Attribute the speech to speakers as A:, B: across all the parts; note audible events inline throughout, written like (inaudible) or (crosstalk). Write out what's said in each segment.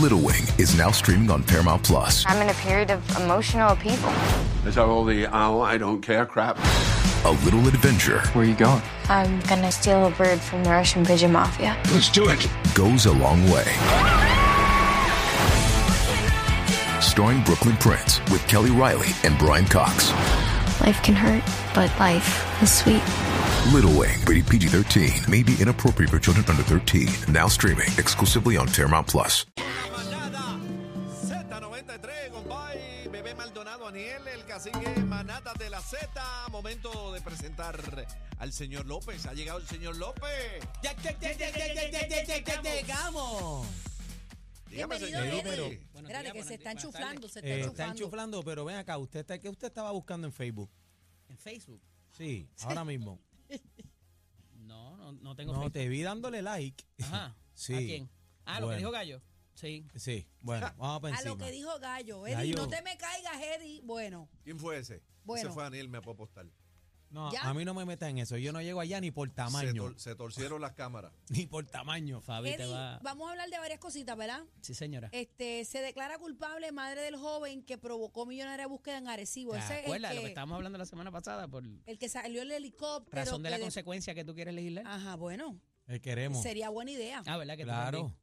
A: Little Wing is now streaming on Paramount Plus.
B: I'm in a period of emotional upheaval.
C: Is that all the oh, I don't care crap?
A: A little adventure
D: Where are you going?
B: I'm gonna steal a bird from the Russian pigeon mafia.
C: Let's do it.
A: goes a long way. Starring Brooklyn Prince with Kelly Riley and Brian Cox.
E: Life can hurt, but life is sweet.
A: Little Wing, rated PG 13, may be inappropriate for children under 13. Now streaming exclusively on Paramount Plus.
F: Manada Z93, compay, Bebé Maldonado, Aniel, el cacique Manada de la Z. Momento de presentar al señor López. Ha llegado el señor López.
G: Ya, ya, ya, ya, ya, ya, ya, ya, ya, ya, llegamos.
F: Dígame,
H: Bienvenido,
F: señor
H: López.
F: López.
G: Buenos
H: Espérate,
G: días,
H: que se
G: buenos días,
H: están
G: buenas
H: chuflando,
G: tardes.
H: se
G: Eh,
H: están
G: están
H: chuflando.
G: chuflando, pero ven acá, usted está, ¿qué usted estaba buscando en Facebook?
H: En Facebook. (laughs)
G: Sí, ahora mismo.
H: No, no, no tengo
G: No,
H: Facebook.
G: te vi dándole like. (laughs)
H: Ajá.
G: Sí.
H: ¿A quién? Ah, lo
G: Bueno.
H: que dijo Gallo. Sí.
G: Sí,
H: (laughs)
G: bueno, vamos para
H: A
G: encima.
H: lo que
G: dijo.
H: dijo Gallo,
G: Eddie, Gallo. no te
H: me caigas, Eddie. Bueno.
F: ¿Quién fue ese?
H: Bueno.
F: Ese fue Aniel, me puedo apostar.
G: No,
H: ¿Ya?
G: a mí no me metan en eso. Yo no llego allá ni por
F: Se,
G: tamaño.
F: tor- se torcieron las cámaras.
G: (laughs) Ni por tamaño.
H: Fabi te
I: Eddie,
H: va.
I: vamos a hablar de varias cositas, ¿verdad?
H: Sí, señora.
I: Este, se declara culpable madre del joven que provocó millonaria búsqueda en Arecibo.
H: ¿Te
I: Ese es el
H: acuerdas de lo que
I: que,
H: estábamos hablando la semana pasada por
I: el que salió en el helicóptero.
H: razón de
I: que
H: la
I: de-
H: consecuencia que tú quieres legislar?
I: Ajá, bueno,
G: Eh, queremos.
I: sería buena idea.
H: Ah, ¿verdad? Que tú
G: Claro.
H: también?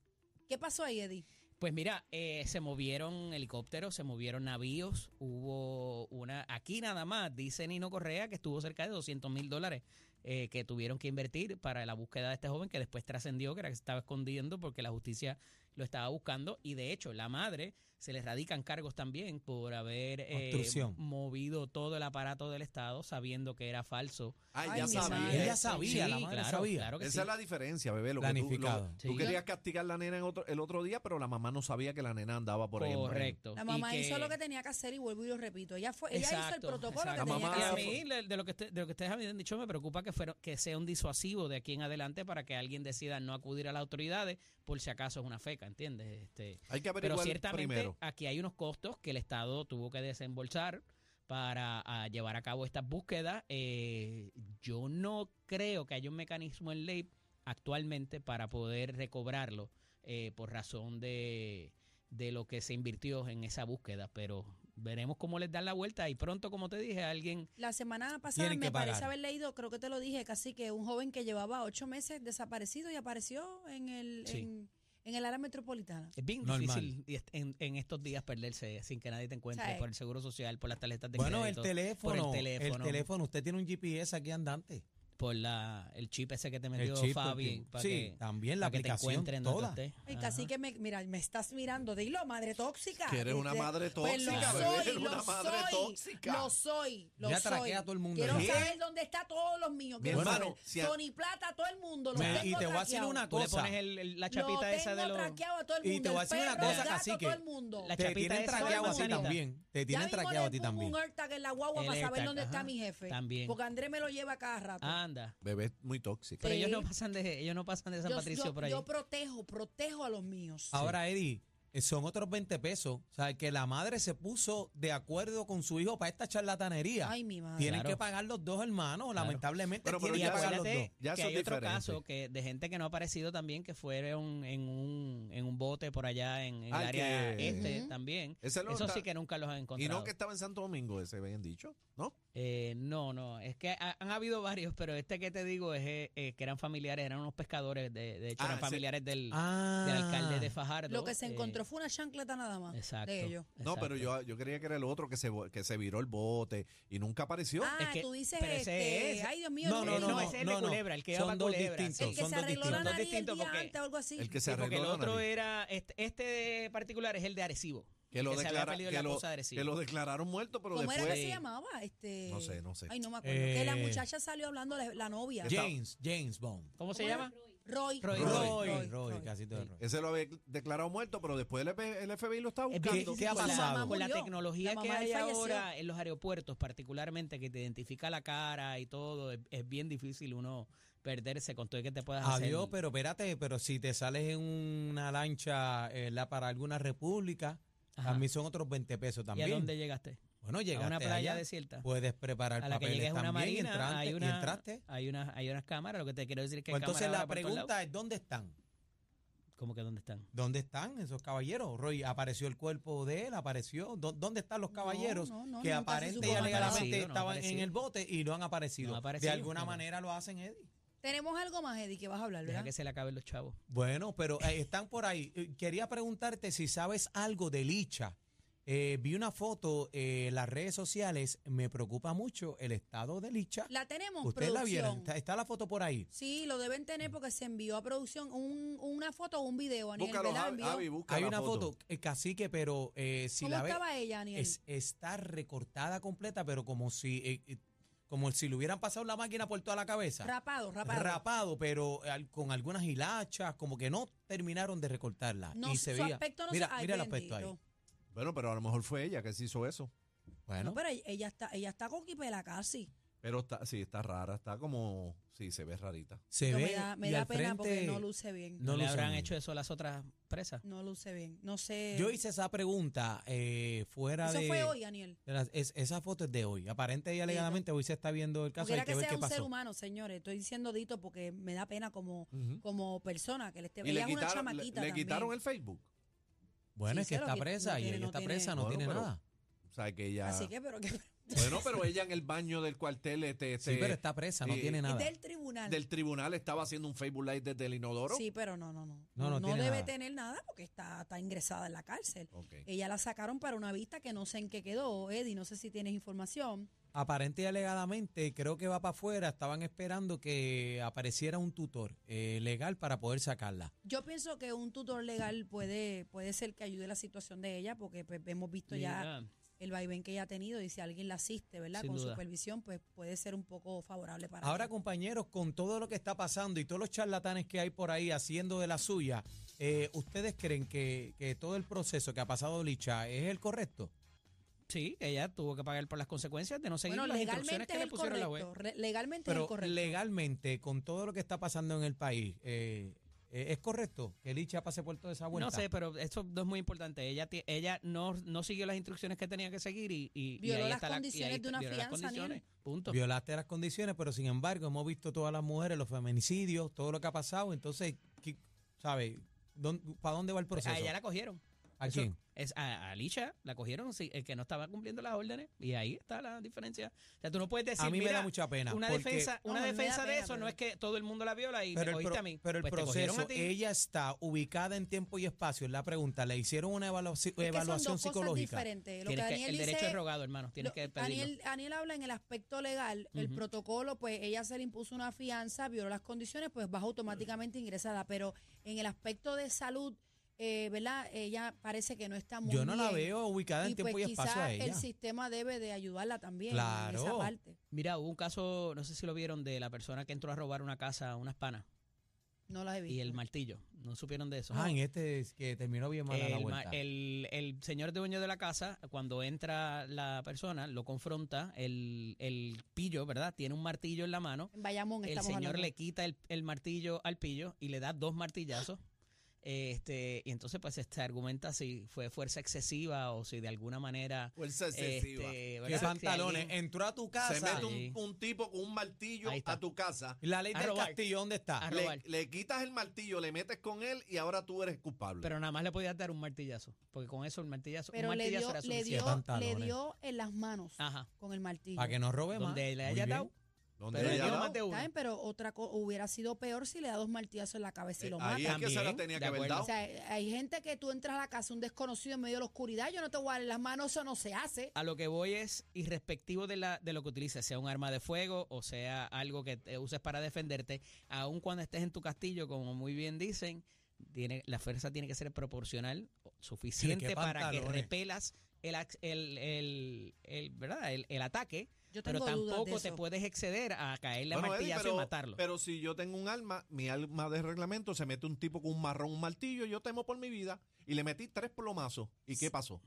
I: ¿Qué pasó ahí, Eddie?
H: Pues mira, eh, se movieron helicópteros, se movieron navíos, hubo una... Aquí nada más, dice Nino Correa, que estuvo cerca de 200 mil dólares eh, que tuvieron que invertir para la búsqueda de este joven que después trascendió, que era que se estaba escondiendo porque la justicia lo estaba buscando y de hecho la madre se le radican cargos también por haber eh,
G: Obstrucción.
H: movido todo el aparato del Estado sabiendo que era falso.
F: Ah,
I: Ay,
F: ya
I: mi
F: sabía.
I: madre.
G: Ella sabía, la madre
H: claro,
G: sabía.
H: claro que
F: Esa
H: sí.
F: es la diferencia, bebé. Lo que tú,
G: Planificado.
F: lo- tú
H: Sí.
F: querías castigar a la nena en otro, el otro día, pero la mamá no sabía que la nena andaba por ahí. en-
H: Correcto.
I: La
H: Y
I: mamá hizo lo que tenía que hacer y vuelvo y lo repito. Ella fue, ella hizo el
H: Exacto,
I: protocolo
H: exacto.
I: que tenía
F: mamá
I: que
H: Y a
I: hacer.
H: mí, le- de lo que, usted- de lo que ustedes habían dicho, me preocupa que, fueron, que sea un disuasivo de aquí en adelante para que alguien decida no acudir a las autoridades por si acaso es una feca, ¿entiendes? Este,
F: Hay que
H: pero
F: averiguar
H: ciertamente
F: primero.
H: aquí hay unos costos que el Estado tuvo que desembolsar para ah, llevar a cabo estas búsquedas. Eh, yo no creo que haya un mecanismo en ley actualmente para poder recobrarlo eh, por razón de, de lo que se invirtió en esa búsqueda, pero veremos cómo les dan la vuelta y pronto, como te dije, alguien...
I: La semana pasada
G: Tienen que
I: me parece
G: pagar.
I: haber leído, creo que te lo dije, casi que un joven que llevaba ocho meses desaparecido y apareció en el,
H: Sí.
I: en, en el área metropolitana.
H: Es bien
G: Normal.
H: difícil y est- en, en estos días perderse sin que nadie te encuentre
I: Sí.
H: por el seguro social, por las tarjetas de
G: Bueno, el
H: crédito,
G: teléfono,
H: por el teléfono.
G: Usted tiene un GPS aquí andante.
H: por la, el chip ese que te
G: El
H: metió
G: chip.
H: Fabi.
G: el-
H: para
G: sí,
H: que,
G: también
H: para
G: la
H: que te
G: aplicación
H: encuentren donde
G: toda.
H: estés.
I: Ay,
H: Ajá.
I: casi que me, mira, me estás mirando, dilo, madre tóxica.
F: Que eres una
I: Este,
F: madre
I: Pues lo
F: tóxica, bebé,
I: soy,
F: eres
I: lo
F: una madre
I: soy,
F: tóxica.
I: Lo soy, lo
G: Ya
I: soy.
G: traquea a todo el mundo. ¿eh?
I: Quiero
G: ¿Qué?
I: saber dónde está todos los míos.
F: Mi
I: Quiero
F: hermano,
I: saber.
F: si a-
I: Tony Plata, todo el mundo. Lo
G: Me-
I: tengo
G: y te voy a decir
I: traqueado.
G: una
H: Tú le
G: cosa.
H: pones el- el- la
I: Lo
H: chapita esa de
I: tengo
H: los...
I: traqueado a todo el
G: Y
I: mundo.
G: te voy a
I: el
G: decir una
I: perro, el
G: cosa,
I: gato,
G: cacique.
I: todo el mundo.
H: La
G: Te
H: chapita
G: tienen
H: esa de
G: traqueado a ti
H: manzanita.
G: también. Te tienen
I: ya mismo
G: traqueado a
I: le
G: ti
I: pongo
G: también.
I: un AirTag en la guagua
H: El
I: para saber
H: AirTag,
I: dónde está
H: ajá,
I: mi jefe.
H: también. Ah,
I: Porque Andrés me lo lleva cada rato.
H: Anda.
F: Bebé es muy tóxica.
H: Pero
I: Sí.
H: ellos no pasan de, ellos no pasan de San
I: yo,
H: Patricio
I: yo-
H: por ahí.
I: yo protejo, protejo a los míos.
G: Ahora, Eddie, eh, son otros 20 pesos. O sea, que la madre se puso de acuerdo con su hijo para esta charlatanería.
I: Ay, mi madre.
G: Tienen
H: Claro.
G: que pagar los dos hermanos, lamentablemente.
F: Pero- pero
H: y
G: tienen
F: ya
G: que pagar los
H: acuérdate
G: dos.
F: Ya
H: que
F: eso
H: hay
F: es
H: otro
F: diferente.
H: caso que de gente que no ha aparecido también que fueron en un, en un bote por allá en, en el
F: Ah,
H: área
F: que-
H: este
I: Ujú.
H: también.
F: Ese lo
H: Eso
F: está-
H: sí que nunca los han
F: Y
H: encontrado.
F: no que estaba en Santo Domingo, ese habían dicho, ¿no?
H: Eh, no, no, es que ha- han habido varios, pero este que te digo es eh, eh, que eran familiares, eran unos pescadores, de, de hecho
F: Ah,
H: eran
F: sí.
H: familiares del,
G: Ah.
H: del alcalde de Fajardo.
I: Lo que se
H: eh,
I: encontró fue una chancleta nada más.
H: exacto,
I: De ellos.
F: No, pero
H: exacto.
F: yo, yo creía que era el otro que se, vo- que se viró el bote y nunca apareció.
I: Ah,
H: Es que-
I: tú dices
H: pero ese
I: este.
H: es-
I: Ay, Dios mío.
G: No,
I: el
G: no,
I: que-
G: no,
H: Eh, no,
G: no,
H: ese es de
G: no, no.
H: Culebra, el que iba
G: Son
H: para
G: dos
H: Culebra,
G: distintos,
H: sí.
I: El que
G: son
I: se
G: dos
I: arregló la
G: distintos.
H: Son
I: nariz el
H: distintos
I: día
H: porque-
I: antes o algo así.
F: el que
H: Sí,
F: se
H: porque
F: arregló
H: el
F: la
H: otro
F: nariz.
H: era, este, este particular es el de Arecibo.
F: que lo,
H: que se había
F: declara-
H: perdido
F: que
H: la
F: lo-
H: cosa de Arecibo.
F: que lo declararon muerto, pero
I: ¿Cómo
F: después.
I: era que se llamaba? Este...
F: No sé, no sé.
I: Ay, no me acuerdo.
G: Eh.
I: Que la muchacha salió hablando, la, la novia.
G: James, James Bond.
H: ¿Cómo se llama?
I: Roy.
H: Roy.
G: Roy, Roy,
I: Roy.
G: casi todo es Roy.
F: Ese lo había declarado muerto, pero después el, F- el FBI lo estaba
H: Es
G: ¿Qué-
H: bien
F: buscando.
G: qué ha
H: difícil.
G: pasado?
H: Con la
I: La mamá
H: tecnología
I: murió.
H: que
I: La mamá
H: hay
I: de él falleció.
H: ahora en los aeropuertos, particularmente que te identifica la cara y todo, es, es bien difícil uno perderse con todo y que te puedas hacer.
G: Adiós, pero espérate, pero si te sales en una lancha eh, la- para alguna república,
H: Ajá.
G: a mí son otros 20 pesos
H: ¿Y a
G: también.
H: dónde llegaste?
G: Bueno, llegaste
H: a una playa
G: allá,
H: desierta.
G: Puedes preparar
H: a la que
G: papeles
H: llegues a una
G: también,
H: marina,
G: entrante-
H: hay,
G: y
H: una,
G: entraste.
H: hay, unas, hay unas cámaras, lo que te quiero decir es que
G: Pues
H: hay
G: entonces
H: cámaras
G: la
H: ahora por todos lados.
G: pregunta es, ¿dónde están?
H: ¿Cómo que dónde están?
G: ¿Dónde están esos caballeros? Roy, apareció el cuerpo de él, apareció. ¿Dó- ¿Dónde están los
I: No,
G: caballeros
I: no, no,
G: que
I: nunca se
G: aparente y
H: supo. No han
G: alegadamente
H: aparecido, no han
G: estaban en
H: aparecido.
G: el bote y no han aparecido?
H: No han
G: de
H: aparecido,
G: alguna
H: no.
G: manera lo hacen, Eddie.
I: Tenemos algo más, Eddie, que vas a hablar,
H: Deja
I: ¿verdad?
H: que se le acaben los chavos.
G: Bueno, pero eh, están por ahí. Eh, Quería preguntarte si sabes algo de Licha. Eh, vi una foto eh, en las redes sociales. Me preocupa mucho el estado de Licha.
I: La tenemos,
G: Ustedes la vieron. Está,
I: producción.
G: está la foto por ahí.
I: Sí, lo deben tener porque se envió a producción un- una foto o un video, Aniel.
F: Búscalo,
I: ¿verdad?
F: Javi,
I: Envió.
F: Javi, busca
G: Hay
F: la
G: una foto, eh, cacique, pero eh, si
I: ¿Cómo
G: la ves,
I: estaba ella, Aniel?
G: es, está recortada completa, pero como si, eh, eh, como si le hubieran pasado la máquina por toda la cabeza.
I: rapado, rapado.
G: Rapado, pero eh, al- con algunas hilachas, como que no terminaron de recortarla.
I: No,
G: y se
I: su
G: veía.
I: aspecto no
G: mira,
I: se- ay,
G: mira el aspecto ahí.
I: bendito.
F: Bueno, pero a lo mejor fue ella que se hizo eso.
G: Bueno,
I: No, pues, pero ella- ella está, ella está con Quipela casi.
F: Pero está, sí, está rara, está como, sí, se ve rarita.
G: se
I: No,
G: ve.
I: me da, me
G: y
I: da
G: al
I: pena porque
G: frente-
I: no luce bien.
H: ¿No
G: No
H: le
G: lucen
H: habrán
G: bien.
H: hecho eso a las otras presas?
I: No luce bien. No sé.
G: Yo hice esa pregunta eh, fuera
I: Eso
G: de.
I: fue hoy, Aniel.
G: de las- es- esa foto es de hoy. Aparente y alegadamente hoy se está viendo el caso. Hay
I: Quiera
G: que,
I: que
G: ver
I: sea
G: qué
I: un ser
G: pasó.
I: humano, señores. Estoy diciendo Dito porque me da pena como,
F: Ujú.
I: como persona que le esté.
F: Y
I: ella
F: le
I: es una
F: quitaron, le,
I: chamaquita
F: le
I: también.
F: quitaron el Facebook.
G: Bueno,
I: Sí,
G: es que
I: claro
G: está
I: que no
G: presa y
I: tiene-
G: ella
I: no
G: está
I: tiene-
G: presa, no
F: Bueno,
G: tiene
F: pero-
G: nada.
F: O sea, que ella...
I: Así que, este pero (laughs) que.
F: Bueno, pero ella en el baño del cuartel este,
G: Sí,
F: este,
G: pero está presa, no
F: eh,
G: tiene nada.
I: Del tribunal.
F: del tribunal estaba haciendo un Facebook Live desde el inodoro.
I: Sí, pero no, no, no.
G: No, no tiene
I: debe
G: nada.
I: tener nada porque está, está ingresada en la cárcel.
F: Ok.
I: Ella la sacaron para una vista que no sé en qué quedó, Eddie. No sé si tienes información.
G: Aparente y alegadamente, creo que va para afuera. Estaban esperando que apareciera un tutor eh, legal para poder sacarla.
I: Yo pienso que un tutor legal puede, puede ser que ayude la situación de ella porque pues, hemos visto ya
H: Mira,
I: el vaivén que ella ha tenido y si alguien la asiste, ¿verdad?
H: Sin
I: Con
H: duda.
I: supervisión, pues puede ser un poco favorable para
G: Ahora,
I: ella.
G: compañeros, con todo lo que está pasando y todos los charlatanes que hay por ahí haciendo de la suya, eh, ¿ustedes creen que, que todo el proceso que ha pasado Licha es el correcto?
H: Sí, ella tuvo que pagar por las consecuencias de no seguir
I: Bueno,
H: las instrucciones
I: legalmente
H: que
I: es
H: le
I: el
H: pusieron la web.
I: correcto. re- Legalmente es
G: Pero
I: el correcto.
G: legalmente, con todo lo que está pasando en el país, eh, eh, ¿es correcto que Licha pase por toda esa vuelta?
H: No sé, pero esto no es muy importante. Ella ti- ella no, no siguió las instrucciones que tenía que seguir y, y- y
I: Violó
H: ahí
I: las
H: está la- y ahí
I: condiciones
H: está-
I: de una
H: violó las
I: fianza, Aniel.
H: condiciones. Punto.
G: Violaste las condiciones, pero sin embargo hemos visto todas las mujeres, los feminicidios, todo lo que ha pasado. Entonces, ¿qué- ¿sabe? ¿Para dónde va el proceso?
H: A ella Pues la cogieron.
G: ¿A
H: Eso-
G: quién?
H: Es, a, a Alicia la cogieron, sí, el que no estaba cumpliendo las órdenes. Y ahí está la diferencia. O sea, tú no puedes decir,
G: a mí me
H: "Mira,
G: da mucha pena.
H: una
G: porque-
H: defensa,
I: No,
H: una
I: a mí me da
H: defensa de
I: pena,
H: eso
I: pero-
H: no es que todo el mundo la viola y me
G: Pero el,
H: cogiste
G: pro-
H: a mí.
G: pero el
H: Pues te cogieron
G: proceso,
H: a ti.
G: ella está ubicada en tiempo y espacio, es la pregunta. Le hicieron una evaluaci-
I: Es que son dos
G: evaluación
I: cosas
G: psicológica.
I: diferentes. Lo que
H: Tienes que-
I: Daniel
H: el derecho
I: dice
H: es rogado, hermano. Tienes
I: Lo-
H: que pedirlo.
I: Aniel, Aniel habla en el aspecto legal, el
H: Ujú.
I: protocolo, pues ella se le impuso una fianza, violó las condiciones, pues baja automáticamente ingresada, pero en el aspecto de salud, eh, ¿verdad? Ella parece que no está muy
G: Yo no la
I: bien.
G: veo ubicada en
I: Y
G: tiempo
I: pues
G: y espacio a
I: quizás
G: ella.
I: el sistema debe de ayudarla también en esa
G: Claro.
I: parte.
H: Mira, hubo un caso, no sé si lo vieron, de la persona que entró a robar una casa, unas panas,
I: No la he visto.
H: y el martillo. No supieron de eso.
G: Ah, en este es que terminó bien mal la
H: El, ma-
G: vuelta.
H: el- el señor dueño de la casa, cuando entra la persona, lo confronta, el, el pillo, ¿verdad? Tiene un martillo en la mano.
I: en Bayamón
H: El
I: estamos
H: señor
I: hablando.
H: le quita el, el martillo al pillo y le da dos martillazos. Este, y entonces pues se argumenta si fue fuerza excesiva o si de alguna manera...
F: Fuerza excesiva.
H: este,
G: ¿Qué
H: ¿verdad? Si
G: pantalones?
H: alguien-
G: Entró a tu
F: Se
G: casa.
F: mete
H: Sí.
F: un, un tipo con un martillo
H: Ahí está.
F: a tu casa.
G: La ley
H: A
G: del
H: robar.
G: castillo, ¿dónde
H: A
G: está?
H: robar.
F: Le, le quitas el martillo, le metes con él y ahora tú eres culpable.
H: Pero nada más le podías dar un martillazo, porque con eso el martillazo,
I: pero
H: un
I: le
H: martillazo
I: dio,
H: era
I: le
H: suficiente.
I: dio,
G: Pantalones.
I: le dio en las manos
H: Ajá.
I: con el martillo.
G: Para que no robe más.
H: Donde le
G: Muy
H: haya
G: bien.
H: dado,
F: ¿Dónde
H: pero
F: le
H: le
F: haya
H: dio
F: dado?
H: más de uno.
I: ¿Saben? Pero otra cosa, hubiera sido peor si le da dos martillazos en la cabeza y
F: Eh,
I: lo mata.
F: Ahí es que se la
H: También,
F: tenía
H: de
F: que haber
H: acuerdo.
F: dado.
I: O sea, hay gente que tú entras a la casa, un desconocido en medio de la oscuridad, yo no te voy a dar las manos, eso no se hace.
H: A lo que voy es irrespectivo de, la, de lo que utilices, sea un arma de fuego o sea algo que te uses para defenderte, aun cuando estés en tu castillo, como muy bien dicen, tiene, la fuerza tiene que ser proporcional, o suficiente para que
G: pantalones.
H: repelas el, ac- el, el, el- ¿verdad? el, el ataque,
I: Yo
H: pero
I: tengo dudas de
H: tampoco
I: eso.
H: te puedes exceder a caerle a
F: Bueno, Eddie,
H: martillazo
F: pero,
H: y matarlo.
F: pero si yo tengo un alma, mi alma de reglamento se mete un tipo con un marrón, un martillo, yo temo por mi vida y le metí tres plomazos. ¿Y qué pasó?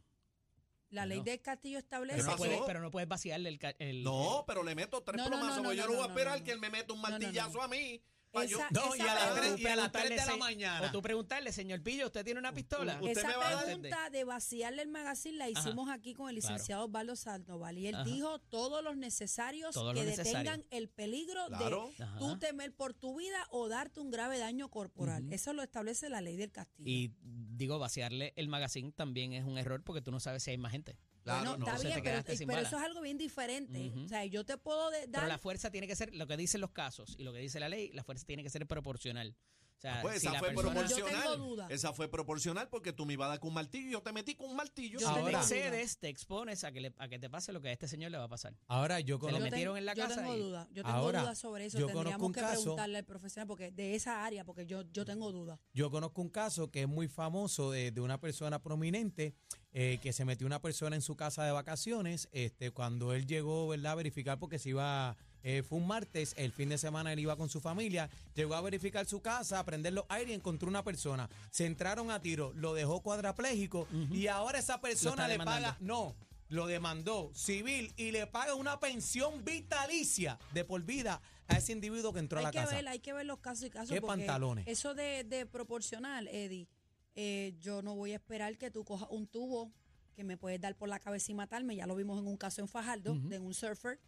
I: La ley
H: No.
I: del castillo establece
H: pero, no
F: pasó?
H: puedes,
I: que-
H: pero no puedes vaciarle el... ca- el
F: No, pero le meto tres
I: No, no,
F: plomazos,
I: no,
F: porque
I: no,
F: yo no
I: no,
F: voy a
I: no,
F: esperar
I: no,
F: que él me meta un martillazo
I: no, no.
F: a mí
I: Esa,
G: No, y
I: esa
G: a las
H: O tú
G: tres- y a las tres de la
H: preguntarle, se-
G: mañana.
H: O tú preguntarle, señor Pillo, ¿usted tiene una pistola?
F: Usted
I: Esa
F: me va a dar-
I: pregunta de vaciarle el magazine la hicimos aquí con el
H: claro.
I: licenciado Osvaldo Sandoval y él
H: Ajá.
I: dijo todos los necesarios
H: Todo lo
I: que
H: necesario.
I: detengan el peligro
F: Claro.
I: de
H: Ajá.
I: tú temer por tu vida o darte un grave daño corporal. Eso lo establece la ley del castigo.
H: Y digo, vaciarle el magazine también es un error porque tú no sabes si hay más gente.
I: bueno, está
H: entonces
I: bien,
H: te
I: pero,
H: quedaste sin
I: pero
H: bala.
I: eso es algo bien diferente.
H: Ujú.
I: O sea, yo te puedo de-
H: Pero
I: dar
H: la fuerza tiene que ser, lo que dicen los casos y lo que dice la ley, la fuerza tiene que ser proporcional. O sea,
F: Ah, pues
H: si
F: esa
H: la
F: fue
H: persona-
F: proporcional.
I: Yo tengo duda.
F: Esa fue proporcional porque tú me ibas a dar con un martillo y yo te metí con un martillo.
I: Yo
H: si
I: tengo
H: te
G: Ahora-
H: excedes, te expones a que, le- a que te pase lo que a este señor le va a pasar.
G: Ahora yo
H: Se lo
G: conozco.
I: Yo
H: metieron
I: tengo-
H: en la
I: yo
H: casa
I: tengo
H: y-
I: duda, yo tengo
G: Ahora,
I: dudas sobre eso.
G: yo conozco
I: Tendríamos
G: un
I: que
G: caso-
I: preguntarle al profesional porque de esa área, porque yo, yo tengo dudas.
G: Yo conozco un caso que es muy famoso de, de una persona prominente eh, que se metió una persona en su casa de vacaciones. Este, cuando él llegó, ¿verdad? A verificar porque se iba, eh, fue un martes, el fin de semana él iba con su familia, llegó a verificar su casa, a prender los aires y encontró una persona. Se entraron a tiro, lo dejó cuadrapléjico y ahora esa persona le
H: demandando.
G: paga, no, lo demandó civil y le paga una pensión vitalicia de por vida a ese individuo que entró a
I: hay
G: la
I: que
G: casa.
I: ver, hay que ver los casos y casos.
G: ¿Qué
I: porque
G: pantalones?
I: Eso de, de proporcional, Eddie, eh, yo no voy a esperar que tú cojas un tubo que me puedes dar por la cabeza y matarme. Ya lo vimos en un caso en Fajardo, de un surfer.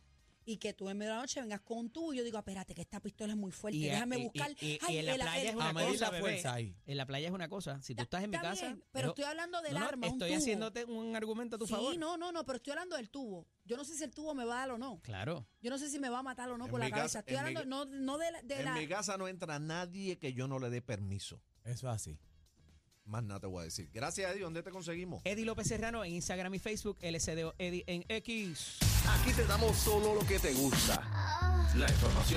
I: Y que tú en medio de la noche vengas con un tubo y yo digo, espérate, que esta pistola es muy fuerte,
H: Y-
I: Pues déjame
H: y-
I: buscar.
H: y- y-
I: Ay,
H: y en la
I: el-
H: playa
I: el-
H: es una
G: a medir
H: cosa,
G: la
H: bebé.
G: fuerza ahí.
H: En la playa es una cosa. Si tú
I: Ta-
H: estás en mi
I: está
H: casa.
I: bien, pero estoy hablando del
H: No, no,
I: arma, un
H: Estoy
I: tubo.
H: haciéndote un argumento a tu
I: sí,
H: favor.
I: no, no, no, pero estoy hablando del tubo. Yo no sé si el tubo me va a dar o no.
H: Claro.
I: Yo no sé si me va a matar o no
F: En
I: por la
F: mi
I: cabeza.
F: casa-
I: Estoy
F: en mi
I: hablando
F: ca-
I: no, no de la... de
F: En
I: la-
F: mi casa no entra nadie que yo no le dé permiso.
G: Eso es así.
F: Más nada te voy a decir. Gracias, Eddie. ¿Dónde te conseguimos?
H: Eddie López Serrano en Instagram y Facebook, LCDO Eddie en X.
D: Aquí te damos solo lo que te gusta. La información